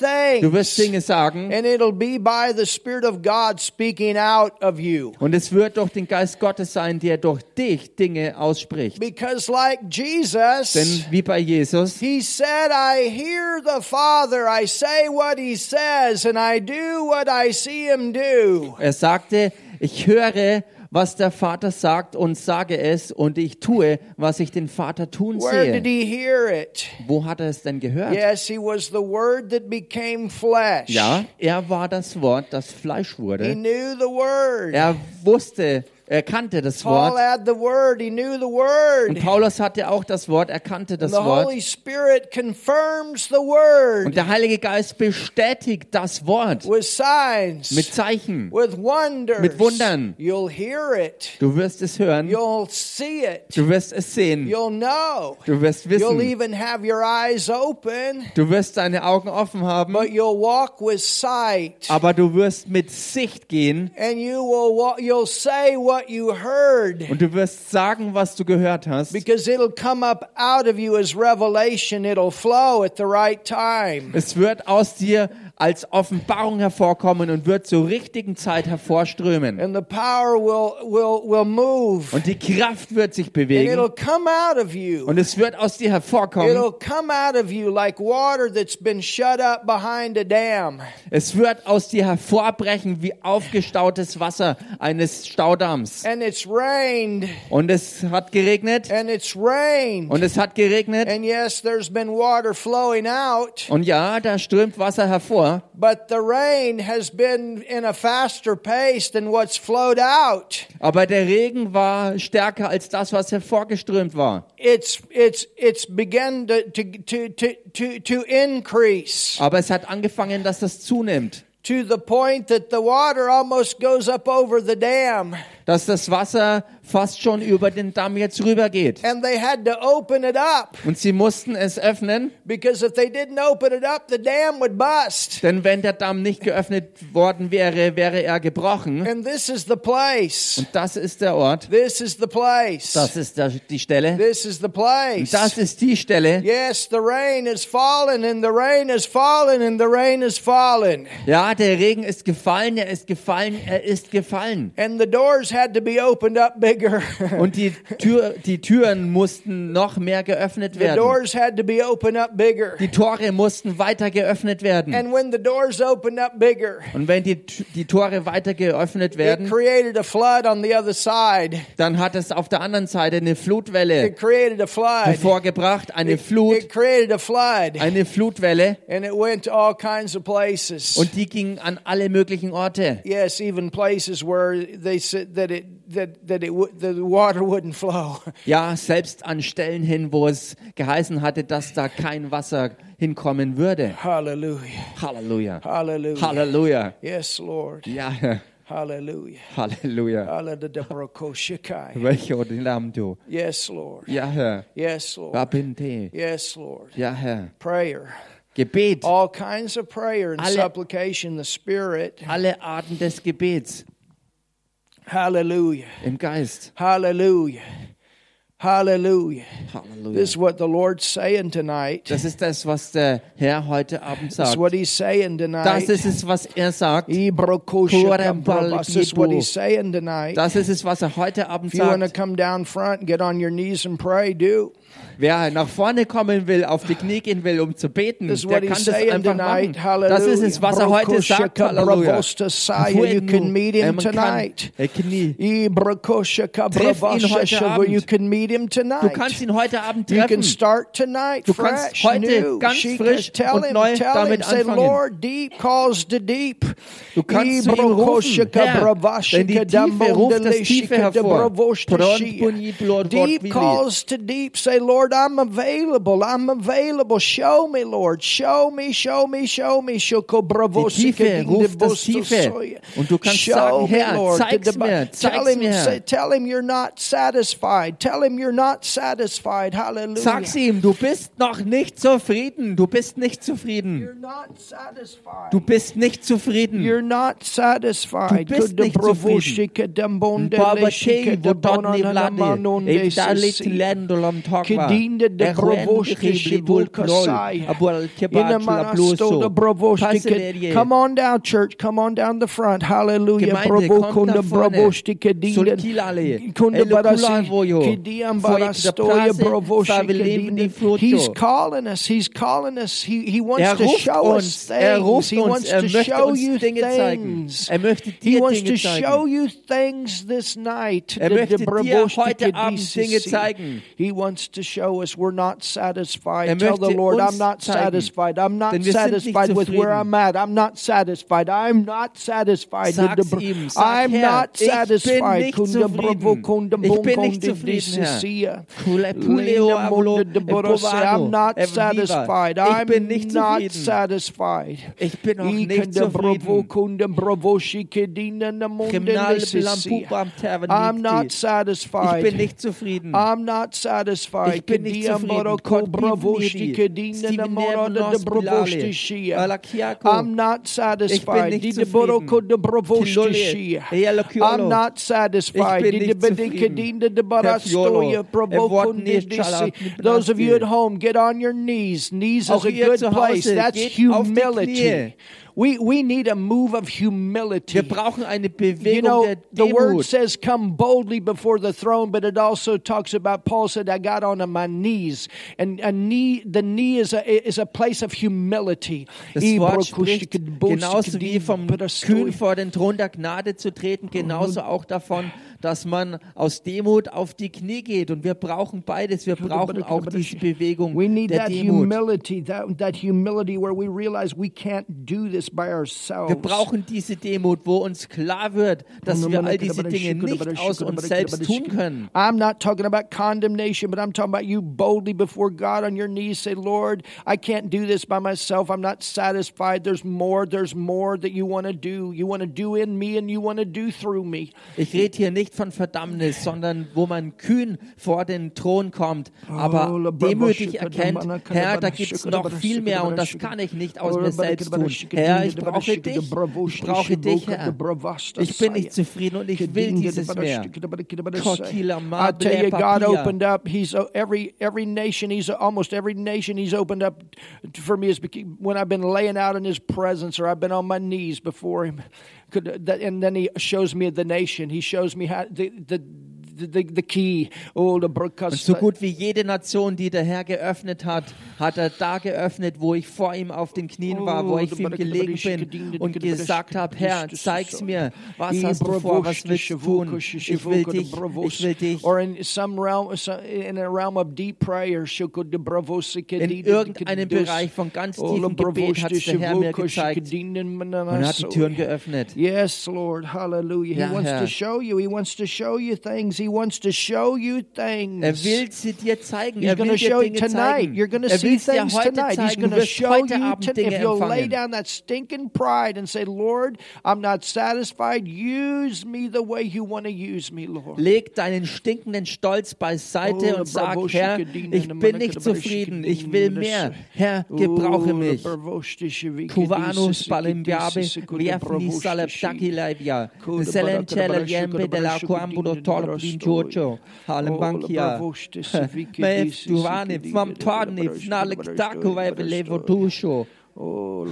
S2: du wirst
S1: things,
S2: Dinge sagen
S1: and it'll be by the Spirit of God speaking out of you.
S2: und es wird durch den Geist Gottes sein, der durch dich Dinge ausspricht.
S1: Because, like Jesus,
S2: Denn wie bei Jesus,
S1: he said, I hear the Father, I say what he says, and I do what I see him do.
S2: er sagte, ich höre, was der Vater sagt und sage es und ich tue, was ich den Vater tun
S1: Where did
S2: sehe.
S1: he hear it?
S2: Wo hat er es denn gehört?
S1: Yes, he was the Word that became flesh.
S2: Ja, er war das Wort, das Fleisch
S1: He
S2: wurde.
S1: knew the Word.
S2: Er wusste, er kannte das
S1: Paul
S2: Wort.
S1: had the Word, he knew the Word.
S2: Und Paulus hatte auch das Wort, er kannte das
S1: the
S2: Wort.
S1: Holy Spirit confirms the Word
S2: Und der Heilige Geist bestätigt das Wort
S1: with signs,
S2: mit Zeichen.
S1: with wonders.
S2: mit Wundern.
S1: You'll hear it.
S2: Du wirst es hören,
S1: You'll see it.
S2: du wirst es sehen,
S1: You'll know.
S2: du wirst
S1: You'll
S2: wissen,
S1: even have your eyes open,
S2: du wirst deine Augen offen haben,
S1: but you'll walk with sight.
S2: aber du wirst mit Sicht gehen
S1: And you will wa- you'll say what you heard
S2: und du wirst sagen, was du gehört hast.
S1: because it'll come up out of you as revelation. It'll flow at the right time.
S2: Es wird aus dir als Offenbarung hervorkommen und wird zur richtigen Zeit hervorströmen.
S1: And the power will will will move.
S2: Und die Kraft wird sich
S1: And it'll
S2: bewegen
S1: come out of you.
S2: und es wird aus dir hervorkommen.
S1: It'll come out of you like water that's been shut up behind a dam.
S2: Es wird aus dir hervorbrechen wie aufgestautes Wasser eines Staudamms.
S1: And it's rained,
S2: Und es hat geregnet.
S1: and it's rained.
S2: Und es hat geregnet.
S1: And yes, there's been water flowing out,
S2: Und ja, da strömt Wasser Noah.
S1: But the rain has been in a faster pace than what's flowed out.
S2: Aber der Regen war stärker als das, was hervorgeströmt war.
S1: It's it's it's begun to to to to to, to increase
S2: Aber es hat angefangen, dass das zunimmt.
S1: to the point that the water almost goes up over the dam.
S2: Dass das Wasser fast schon über den Damm jetzt rübergeht.
S1: And they had to open it up
S2: Und sie mussten es öffnen,
S1: because if they didn't open it up, the dam would bust.
S2: denn wenn der Damm nicht geöffnet worden wäre, wäre er gebrochen.
S1: And this is the place.
S2: Das ist der Ort.
S1: This is the place.
S2: Das ist der, die Stelle.
S1: This is the place.
S2: Das ist die Stelle.
S1: Yes, the rain is falling and the rain is falling and the rain is falling.
S2: Ja, der Regen ist gefallen, er ist gefallen, er ist gefallen.
S1: And the doors had to be opened up bigger.
S2: Und die, Tür, die Türen mussten noch mehr geöffnet
S1: the
S2: werden.
S1: doors had to be opened up bigger.
S2: Die Tore mussten weiter geöffnet werden.
S1: And when the doors opened up bigger,
S2: Und wenn die, T- die Tore weiter geöffnet
S1: it
S2: werden,
S1: created a flood on the other side.
S2: dann hat es auf der anderen Seite eine Flutwelle
S1: It created a flood.
S2: hervorgebracht, eine Flut,
S1: It created a flood.
S2: eine Flutwelle.
S1: And it went to all kinds of places.
S2: Und die ging an alle möglichen Orte.
S1: Yes, even places where they said that it that that it w- the water wouldn't flow.
S2: Ja, selbst an Stellen hin, wo es geheißen hatte, dass da kein Wasser hinkommen würde.
S1: Hallelujah.
S2: Halleluja.
S1: Hallelujah.
S2: Halleluja.
S1: Yes, Lord.
S2: Ja,
S1: Hallelujah.
S2: Halleluja.
S1: Hallelujah.
S2: Welche Odinamdo.
S1: Yes, Lord.
S2: Ja, Herr.
S1: Yes, Lord.
S2: Rabinte.
S1: Yes, Lord.
S2: Ja, Herr.
S1: Prayer.
S2: Gebet.
S1: All kinds of prayer and
S2: Alle-
S1: supplication, the Spirit.
S2: Alle Arten des Gebets
S1: Hallelujah.
S2: im Geist.
S1: Hallelujah. Hallelujah. This
S2: Halleluja.
S1: is what the Lord's saying tonight.
S2: Das ist das, was der Herr heute Abend
S1: This is
S2: sagt.
S1: what He's saying
S2: Das
S1: tonight.
S2: ist es, was er sagt.
S1: Ibrokoshakabrabas. This is what He's saying tonight.
S2: Das ist es, was er heute Abend
S1: If you want to
S2: sagt.
S1: come down front and get on your knees and pray, do.
S2: Wer nach vorne kommen will, auf die Knie gehen will, um zu beten,
S1: This is
S2: der
S1: what
S2: kann
S1: he's
S2: das
S1: saying
S2: einfach
S1: tonight.
S2: machen.
S1: Hallelujah.
S2: Das ist es, was er heute sagt.
S1: Brokoshaka
S2: Halleluja.
S1: bravosta saya. You
S2: Fuenu,
S1: can meet him
S2: äh, man kann,
S1: tonight.
S2: äh, Knie. Treff ihn heute
S1: Ibrokoshakabrabashashava.
S2: Abend.
S1: You can meet him
S2: Du kannst
S1: tonight.
S2: ihn heute Abend
S1: You can
S2: treffen.
S1: start tonight
S2: Du kannst
S1: fresh,
S2: heute
S1: new.
S2: ganz
S1: She
S2: frisch
S1: can tell
S2: und
S1: him,
S2: neu
S1: tell
S2: damit
S1: him, say,
S2: anfangen.
S1: Lord, deep calls to deep.
S2: Du kannst zu ihm rufen, Herr, denn die
S1: Ibrokoshakabrabashaka
S2: Tiefe ruft das Tiefe
S1: damondaleshika
S2: hervor.
S1: dabravoshtashiya.
S2: Pronpuniblo
S1: Deep
S2: dvortvili.
S1: calls to deep. Say, Lord, I'm available. I'm available. Show me, Lord. Show me, show me, show me.
S2: Die Tiefe ruft das Tiefe.
S1: Tiefe.
S2: Und du kannst sagen, Herr, zeig's
S1: Tell
S2: mir, zeig's
S1: him,
S2: mir,
S1: say,
S2: Herr.
S1: tell him you're not satisfied. Tell him you're not satisfied. Hallelujah.
S2: Sag's ihm, du bist noch nicht zufrieden. Du bist nicht
S1: You're
S2: zufrieden.
S1: not satisfied.
S2: Du bist nicht zufrieden.
S1: You're not satisfied.
S2: Du bist
S1: Könnte
S2: nicht
S1: Bravo
S2: zufrieden.
S1: schicke dem
S2: Ein
S1: Bund der
S2: paar
S1: Leschicke,
S2: Batei, wo
S1: der
S2: dort
S1: Bonner
S2: nie
S1: der Manon
S2: vlade,
S1: des
S2: ev da lit
S1: Sissi.
S2: lendo lam tokva.
S1: Kedinde de provosti shibul kasai.
S2: Abual
S1: In
S2: kebat
S1: the
S2: la
S1: manasto de
S2: bluso.
S1: provosti- Come on down, church. Come on down the front. Hallelujah.
S2: Gemeinde,
S1: Provo
S2: kommt
S1: kunde
S2: nach vorne.
S1: provosti kedinde.
S2: Soltilale.
S1: Kunde
S2: Ele
S1: barasi-
S2: kulavoyo.
S1: kediam
S2: Foik de
S1: barastoye
S2: prase,
S1: provosti
S2: favelevni
S1: kedinde.
S2: fruto.
S1: He's calling us. He's calling us. He, he wants
S2: Er
S1: to
S2: ruft
S1: show us
S2: uns, er
S1: things.
S2: ruft
S1: He
S2: uns,
S1: wants
S2: er
S1: to
S2: möchte
S1: show
S2: uns
S1: you
S2: Dinge zeigen.
S1: things.
S2: Er möchte
S1: He
S2: dir
S1: wants to
S2: Dinge
S1: show
S2: zeigen.
S1: you things this night.
S2: Er
S1: The-
S2: möchte
S1: the
S2: dir
S1: Bravosti
S2: heute Abend
S1: Kedisi.
S2: Dinge zeigen.
S1: He wants to show us we're not satisfied.
S2: Er
S1: Tell the
S2: möchte
S1: Lord,
S2: uns
S1: I'm not
S2: zeigen.
S1: satisfied. I'm not
S2: Denn wir sind nicht
S1: satisfied with where
S2: zufrieden.
S1: I'm at. I'm not satisfied. I'm not satisfied.
S2: Sag's
S1: The- the-
S2: ihm, sag,
S1: I'm
S2: Herr,
S1: not
S2: ich bin
S1: satisfied.
S2: nicht
S1: Kunde Bravo,
S2: zufrieden.
S1: Kunde
S2: Ich bin
S1: Bon,
S2: nicht
S1: Kunde
S2: zufrieden, Herr.
S1: Disisia.
S2: Kule- Puleo
S1: Lena
S2: avlo
S1: Munde de
S2: e
S1: Borossi. I'm
S2: Bovano
S1: not
S2: e viva.
S1: satisfied.
S2: Ich
S1: I'm
S2: bin nicht
S1: not
S2: zufrieden.
S1: satisfied.
S2: Ich bin noch
S1: I
S2: nicht
S1: kunde Bravo,
S2: zufrieden.
S1: kunde Bravo, Shikedina na Munde
S2: Kriminal
S1: Lissisi.
S2: Bilampupam
S1: I'm not
S2: Tervenipti. Ich
S1: satisfied.
S2: bin nicht zufrieden.
S1: I'm not satisfied.
S2: Ich bin nicht
S1: Kedia
S2: zufrieden.
S1: Moroko
S2: Gott
S1: Bravosti,
S2: bitte mir die.
S1: Kedina na
S2: Steven
S1: Morode de
S2: Nervenos
S1: Bravosti
S2: Bilale.
S1: Shia.
S2: Alakiako.
S1: I'm not satisfied.
S2: nicht
S1: Di de
S2: zufrieden.
S1: Boroko de Bravosti
S2: Kilole.
S1: Shia.
S2: Ealokiolo.
S1: I'm not satisfied.
S2: Ich bin
S1: Di de
S2: nicht
S1: Bedi
S2: zufrieden.
S1: Kedina de
S2: Herr Fiolo.
S1: Barastoia
S2: Er
S1: Bravo
S2: wort
S1: Kundi
S2: nicht
S1: Disi.
S2: schalaf-
S1: Those of you at
S2: Nastil.
S1: home, get on your knees. Knees is
S2: Auch
S1: a
S2: ihr
S1: good
S2: zu
S1: place.
S2: Hause,
S1: That's
S2: geht auf die Knie.
S1: humility. We, we need a move of
S2: Wir
S1: humility.
S2: brauchen eine
S1: You
S2: Bewegung
S1: know,
S2: der
S1: the word
S2: Demut.
S1: says, "Come boldly before the throne," but it also talks about Paul said, "I got on my knees," and a knee, the knee is a is a place of humility.
S2: Das Wort spricht
S1: Mhm.
S2: genauso wie vom Kühn vor den Thron der Gnade zu treten, genauso auch davon, dass man aus Demut auf die Knie geht. Und wir brauchen beides. Wir brauchen auch diese Bewegung
S1: We need
S2: der
S1: that
S2: Demut.
S1: humility, that, that humility where we realize we can't do this by ourselves.
S2: Wir brauchen diese Demut, wo uns klar wird, dass wir all diese Dinge nicht aus uns selbst tun können.
S1: I'm not talking about condemnation, but I'm talking about you boldly before God on your knees say, Lord, I can't do this by myself. I'm not satisfied. There's more. There's more that you want to do. You want to do in me and you want to do through me.
S2: Ich rede hier nicht von Verdammnis, sondern wo man kühn vor den Thron kommt, aber demütig erkennt, Herr, da gibt es noch viel mehr und das kann ich nicht aus mir selbst tun. Herr, ich brauche dich, ich brauche dich, Herr. Ich bin nicht zufrieden und ich will dieses mehr.
S1: I tell you, God opened up. He's uh, every every nation. He's almost every nation. He's opened up for me is bec- when I've been laying out in His presence or I've been on my knees before Him. Could, that, and then He shows me the nation. He shows me how the the the, the, the key. Oh, the broadcast.
S2: So gut wie jede Nation, die der Herr geöffnet hat, hat er da geöffnet, wo ich vor ihm auf den Knien war,
S1: Oh,
S2: wo er ich vor ihm gelegen bin und gesagt habe, Herr, zeig's mir, was hast du vor, was willst du tun? Ich will dich, ich will dich.
S1: Or in some realm, in a realm of deep prayer,
S2: In irgendeinem Bereich von ganz
S1: Oh,
S2: tiefem Gebet hat der Herr mir gezeigt und hat die Türen
S1: Oh.
S2: geöffnet.
S1: Yes, Lord, hallelujah. He
S2: Ja,
S1: wants to
S2: Herr.
S1: show you. He wants to show you things. He wants to show you things.
S2: Er will sie dir zeigen.
S1: He's
S2: Er
S1: going to
S2: will
S1: show
S2: dir
S1: you
S2: Dinge
S1: tonight.
S2: zeigen.
S1: You're going to
S2: er
S1: see
S2: will dir
S1: things
S2: heute
S1: tonight. He's
S2: zeigen.
S1: going
S2: Du
S1: to
S2: wirst
S1: show
S2: heute
S1: you
S2: Abend
S1: tonight. If
S2: Dinge
S1: you'll lay
S2: empfangen.
S1: down that stinking pride and say, Lord, I'm not satisfied, use me the way you want to use me, Lord.
S2: Leg deinen stinkenden Stolz beiseite
S1: Oh,
S2: und sag,
S1: bravo,
S2: Herr,
S1: schicke Diener,
S2: ich
S1: ne
S2: bin
S1: Maneke,
S2: nicht
S1: bravo,
S2: zufrieden,
S1: schicke
S2: ich will
S1: Diener,
S2: mehr.
S1: das-
S2: Herr,
S1: Oh,
S2: gebrauche mich. Cubano spalengabe verni salaptaki labia selentele liembe de la quambudo tolp din jojo halembankia mef duvane fam tvarni fnalek taku vebe levo tusho
S1: Oh,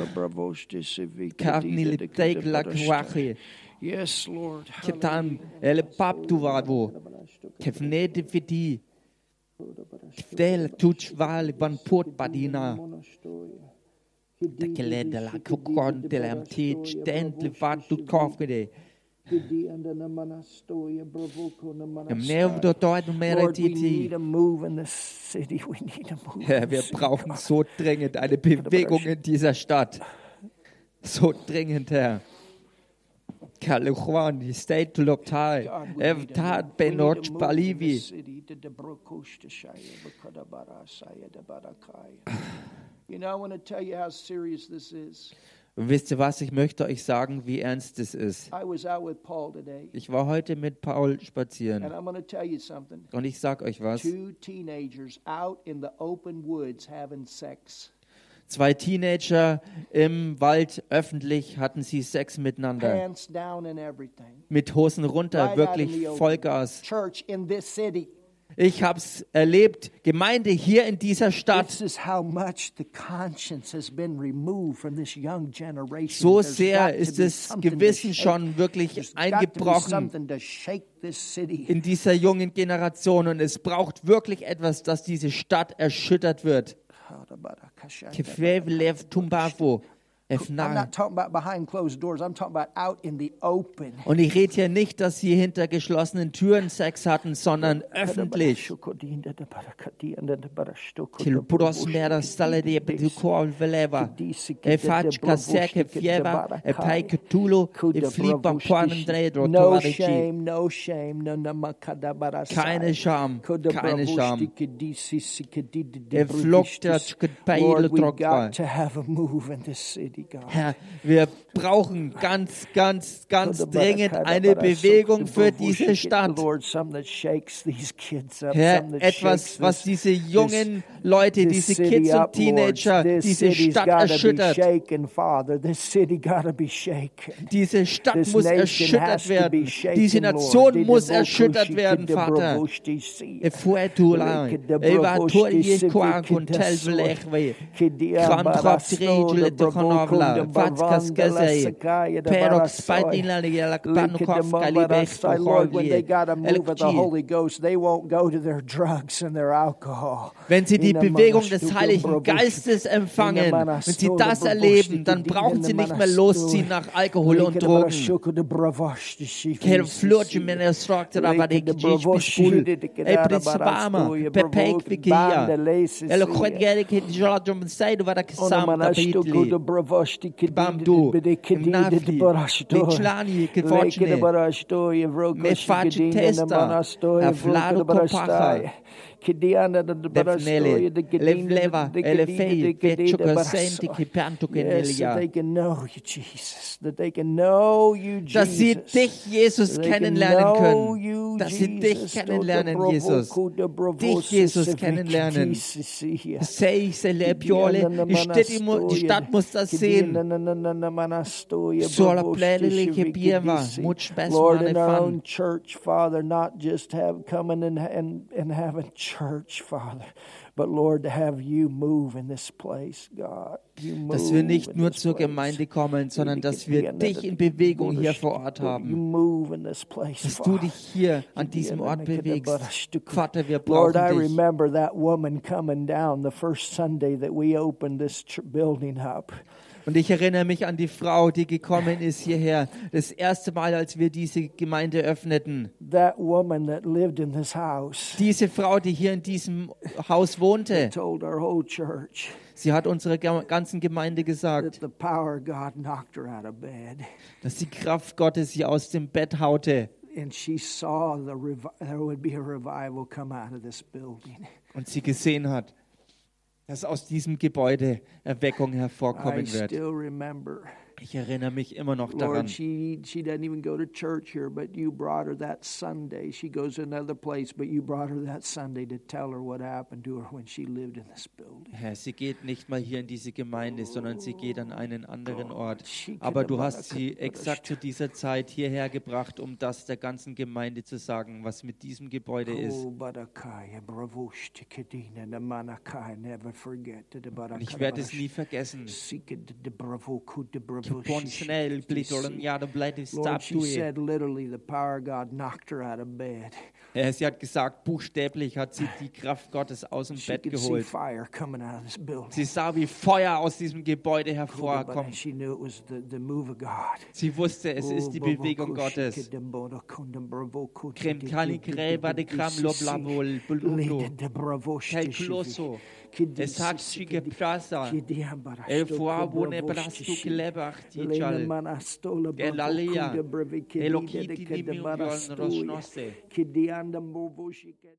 S2: carni le teik la kwachi
S1: Yes, Lord.
S2: ketan ele pap duvado kefnete vidi del tuchval van port badina da kelede la kokon de la tich dentli vat du kofgede Im Nerv der Deutschen
S1: Lord, we need
S2: Merititi.
S1: a move in this city. We need a move. in
S2: Herr, wir
S1: this city.
S2: brauchen so dringend eine Bewegung in dieser Stadt. So dringend, Herr. Kaluchuan, die State to Loptai,
S1: God, we need a
S2: Evtat
S1: move. We need a
S2: Benot
S1: move in
S2: Balivi.
S1: this city. Did the Brokosh to Shia, Bakadabara, Saya, Dabarakaya. You know, I want to tell you how serious this is.
S2: Und wisst ihr was, ich möchte euch sagen, wie ernst es ist.
S1: I was out with Paul today,
S2: Ich war heute mit Paul
S1: and
S2: spazieren
S1: I'm going to tell you something.
S2: und ich sag euch was.
S1: Two teenagers out in the open woods having sex.
S2: Zwei Teenager im Wald öffentlich hatten sie Sex miteinander.
S1: Pants down and everything.
S2: Mit Hosen runter,
S1: Right out in the
S2: wirklich
S1: open.
S2: Vollgas.
S1: Church in this city.
S2: Ich hab's erlebt. Gemeinde hier in dieser Stadt.
S1: This is how much the conscience has been removed from this young generation.
S2: So
S1: There's got
S2: sehr
S1: to
S2: ist
S1: be
S2: das
S1: something to
S2: Gewissen
S1: shake.
S2: schon
S1: There's
S2: wirklich
S1: got to be
S2: eingebrochen
S1: something to shake this city.
S2: in dieser jungen Generation. Und es braucht wirklich etwas, dass diese Stadt erschüttert wird. Kefevlev Tumbavo.
S1: I'm
S2: Efnal.
S1: not talking about behind closed doors. I'm talking about out in the open.
S2: Und ich rede hier nicht, dass sie hinter geschlossenen Türen Sex hatten, sondern öffentlich. Til Budos mera stale de Petukol Veleva. E fac ca seche fieva, e pai ctulo, e flipa poanem dredro
S1: No
S2: tovarici.
S1: shame, no shame, no namakadabarasai.
S2: Keine Scham, keine Scham.
S1: Er
S2: flockt der Tschketpeile
S1: Lord, we
S2: trockbar.
S1: got to have a move in this city, God.
S2: Herr, wir brauchen ganz, ganz, ganz dringend eine Bewegung für diese Stadt.
S1: Lord, some that shakes these kids up,
S2: Herr,
S1: some that shakes
S2: etwas, was
S1: this-
S2: diese jungen Leute,
S1: this
S2: diese
S1: city
S2: Kids und
S1: up, Lord.
S2: Teenager,
S1: This
S2: diese
S1: city's
S2: Stadt
S1: gotta be
S2: erschüttert.
S1: shaken, Father. This city gotta be shaken.
S2: Diese Stadt
S1: This
S2: muss
S1: nation has
S2: erschüttert
S1: to
S2: werden.
S1: be shaken,
S2: Diese
S1: Lord.
S2: Nation
S1: Did
S2: muss
S1: the
S2: erschüttert
S1: Bokushi,
S2: werden,
S1: did the
S2: Vater.
S1: Bravushti see?
S2: E fuetu la, e va tuo ie qua con tel vlechwe, cram trop dredule de Pavla, Vatskas Gazei, Perox, Patinaliela, Panukovka, Libechko,
S1: Lord, when they got a
S2: Holje,
S1: move of the
S2: Elekchi.
S1: Holy Ghost, they won't go to their drugs and their alcohol.
S2: Wenn sie die
S1: Ina
S2: Bewegung des
S1: manastu
S2: Heiligen
S1: dobrobusti.
S2: Geistes empfangen,
S1: Ina
S2: wenn
S1: manastu
S2: sie das
S1: dobrobusti,
S2: erleben, dann
S1: die
S2: brauchen
S1: Ina
S2: sie nicht mehr
S1: manastu.
S2: losziehen nach Alkohol und
S1: Lika
S2: Drogen.
S1: marashuku dobravosti, shifi
S2: Quero
S1: Isusu.
S2: flor de menestrok te
S1: Lika
S2: rabarek de
S1: dobravosti,
S2: spispul.
S1: shidi dikidara
S2: Ei principama,
S1: barastuya,
S2: pepek
S1: bravoki,
S2: vikia.
S1: banda leisi
S2: Elo
S1: suya.
S2: khod gere ke jola jom sai do varak
S1: Ona
S2: sam
S1: manastuku
S2: tapitli.
S1: dobravosti, kididi
S2: Bamdu,
S1: dibidi, kididi
S2: Navli,
S1: barastoya.
S2: Michlani,
S1: Lika
S2: Kevocine.
S1: barastoya, vrokoshi,
S2: Mefaci
S1: kidina
S2: testa,
S1: manastoya, vrokida
S2: aflado
S1: barastaya.
S2: kopacha.
S1: Kidiana da barastoya,
S2: Defnele,
S1: dikidina,
S2: levleva,
S1: dikidina,
S2: elefei,
S1: dikidina
S2: vechuka
S1: barastoya.
S2: senti ki pianto
S1: Yes, that
S2: kenelia.
S1: they can know you, Jesus. That they can know you, Jesus.
S2: dass sie dich, Jesus,
S1: They can
S2: kennenlernen
S1: know you,
S2: können. Dass sie dich
S1: Jesus.
S2: kennenlernen,
S1: Dobro
S2: Jesus.
S1: kuda bravo
S2: Dich, Jesus,
S1: siseviki
S2: kennenlernen.
S1: sisiya.
S2: Sei, sei, Lepiole,
S1: Diana
S2: die Stadt, die mu- die Stadt muss das
S1: Manastoya,
S2: sehen.
S1: Diana Manastoya,
S2: Solo
S1: Bravo
S2: plele le
S1: Shisiviki
S2: chiediamo,
S1: Disi.
S2: much best
S1: Lord,
S2: man
S1: in
S2: e
S1: our
S2: fan.
S1: own church, Father, not just have coming and, and, and having church, Father, but Lord, to have you move in this place, God. You move
S2: Dass wir nicht
S1: in
S2: nur
S1: this
S2: zur
S1: place.
S2: Gemeinde kommen, sondern dass wir
S1: Diana,
S2: dich in Bewegung
S1: Bruder,
S2: hier vor Ort
S1: Bruder, you
S2: haben.
S1: move in this place,
S2: Dass du dich
S1: Father.
S2: hier an diesem Ort bewegst. Vater, wir
S1: Lord, I
S2: brauchen dich.
S1: remember that woman coming down the first Sunday that we opened this ch- building up.
S2: Und ich erinnere mich an die Frau, die gekommen ist hierher. Das erste Mal, als wir diese Gemeinde öffneten.
S1: That woman that lived in this house
S2: Diese Frau, die hier in diesem Haus wohnte,
S1: told our whole church
S2: sie hat unserer ge- ganzen Gemeinde
S1: that
S2: gesagt,
S1: the power of God knocked her out of bed.
S2: dass die Kraft Gottes sie aus dem Bett haute.
S1: And she saw the revi- there would be a revival come out of this building.
S2: und sie gesehen hat, dass aus diesem Gebäude Erweckung
S1: I
S2: hervorkommen wird.
S1: still remember.
S2: Ich erinnere mich immer noch daran.
S1: Lord, she she doesn't even go to church here, but you brought her that Sunday. She goes to another place, but you brought her that Sunday to tell her what happened to her when she lived in this building.
S2: Herr, sie geht nicht mal hier in diese Gemeinde, sondern sie geht an einen anderen Ort.
S1: she could
S2: Aber du
S1: have
S2: hast
S1: been a
S2: sie
S1: good
S2: exakt zu dieser Zeit hierher gebracht, um das der ganzen Gemeinde zu sagen, was mit diesem Gebäude ist.
S1: Oh, Barakaya, Bravoshti, Kadina, Namanakai, never forget the
S2: Und ich werde es nie
S1: Barakaya.
S2: vergessen.
S1: Seeked the Bravoku, the
S2: Bon schnell, Blitolen,
S1: Bravoshi.
S2: ja, dann bleibt es
S1: Lord, she
S2: Statue.
S1: said literally the power of God knocked her out of bed.
S2: Herr, sie hat gesagt, buchstäblich hat sie die Kraft Gottes aus dem
S1: She
S2: Bett
S1: could see
S2: geholt.
S1: fire coming out of this building.
S2: Sie sah, wie Feuer aus diesem Gebäude
S1: But
S2: hervorkommt.
S1: she knew it was the, the move of God. Oh,
S2: Sie wusste, es ist die Bewegung Gottes. Krem kali greba de kram lob labol bulundo. Kai kloso. Es hat sie geprasa. El fuabo ne brastu klebach tichal. Elalia. Elokiti nimi union rosnose.
S1: Kidianda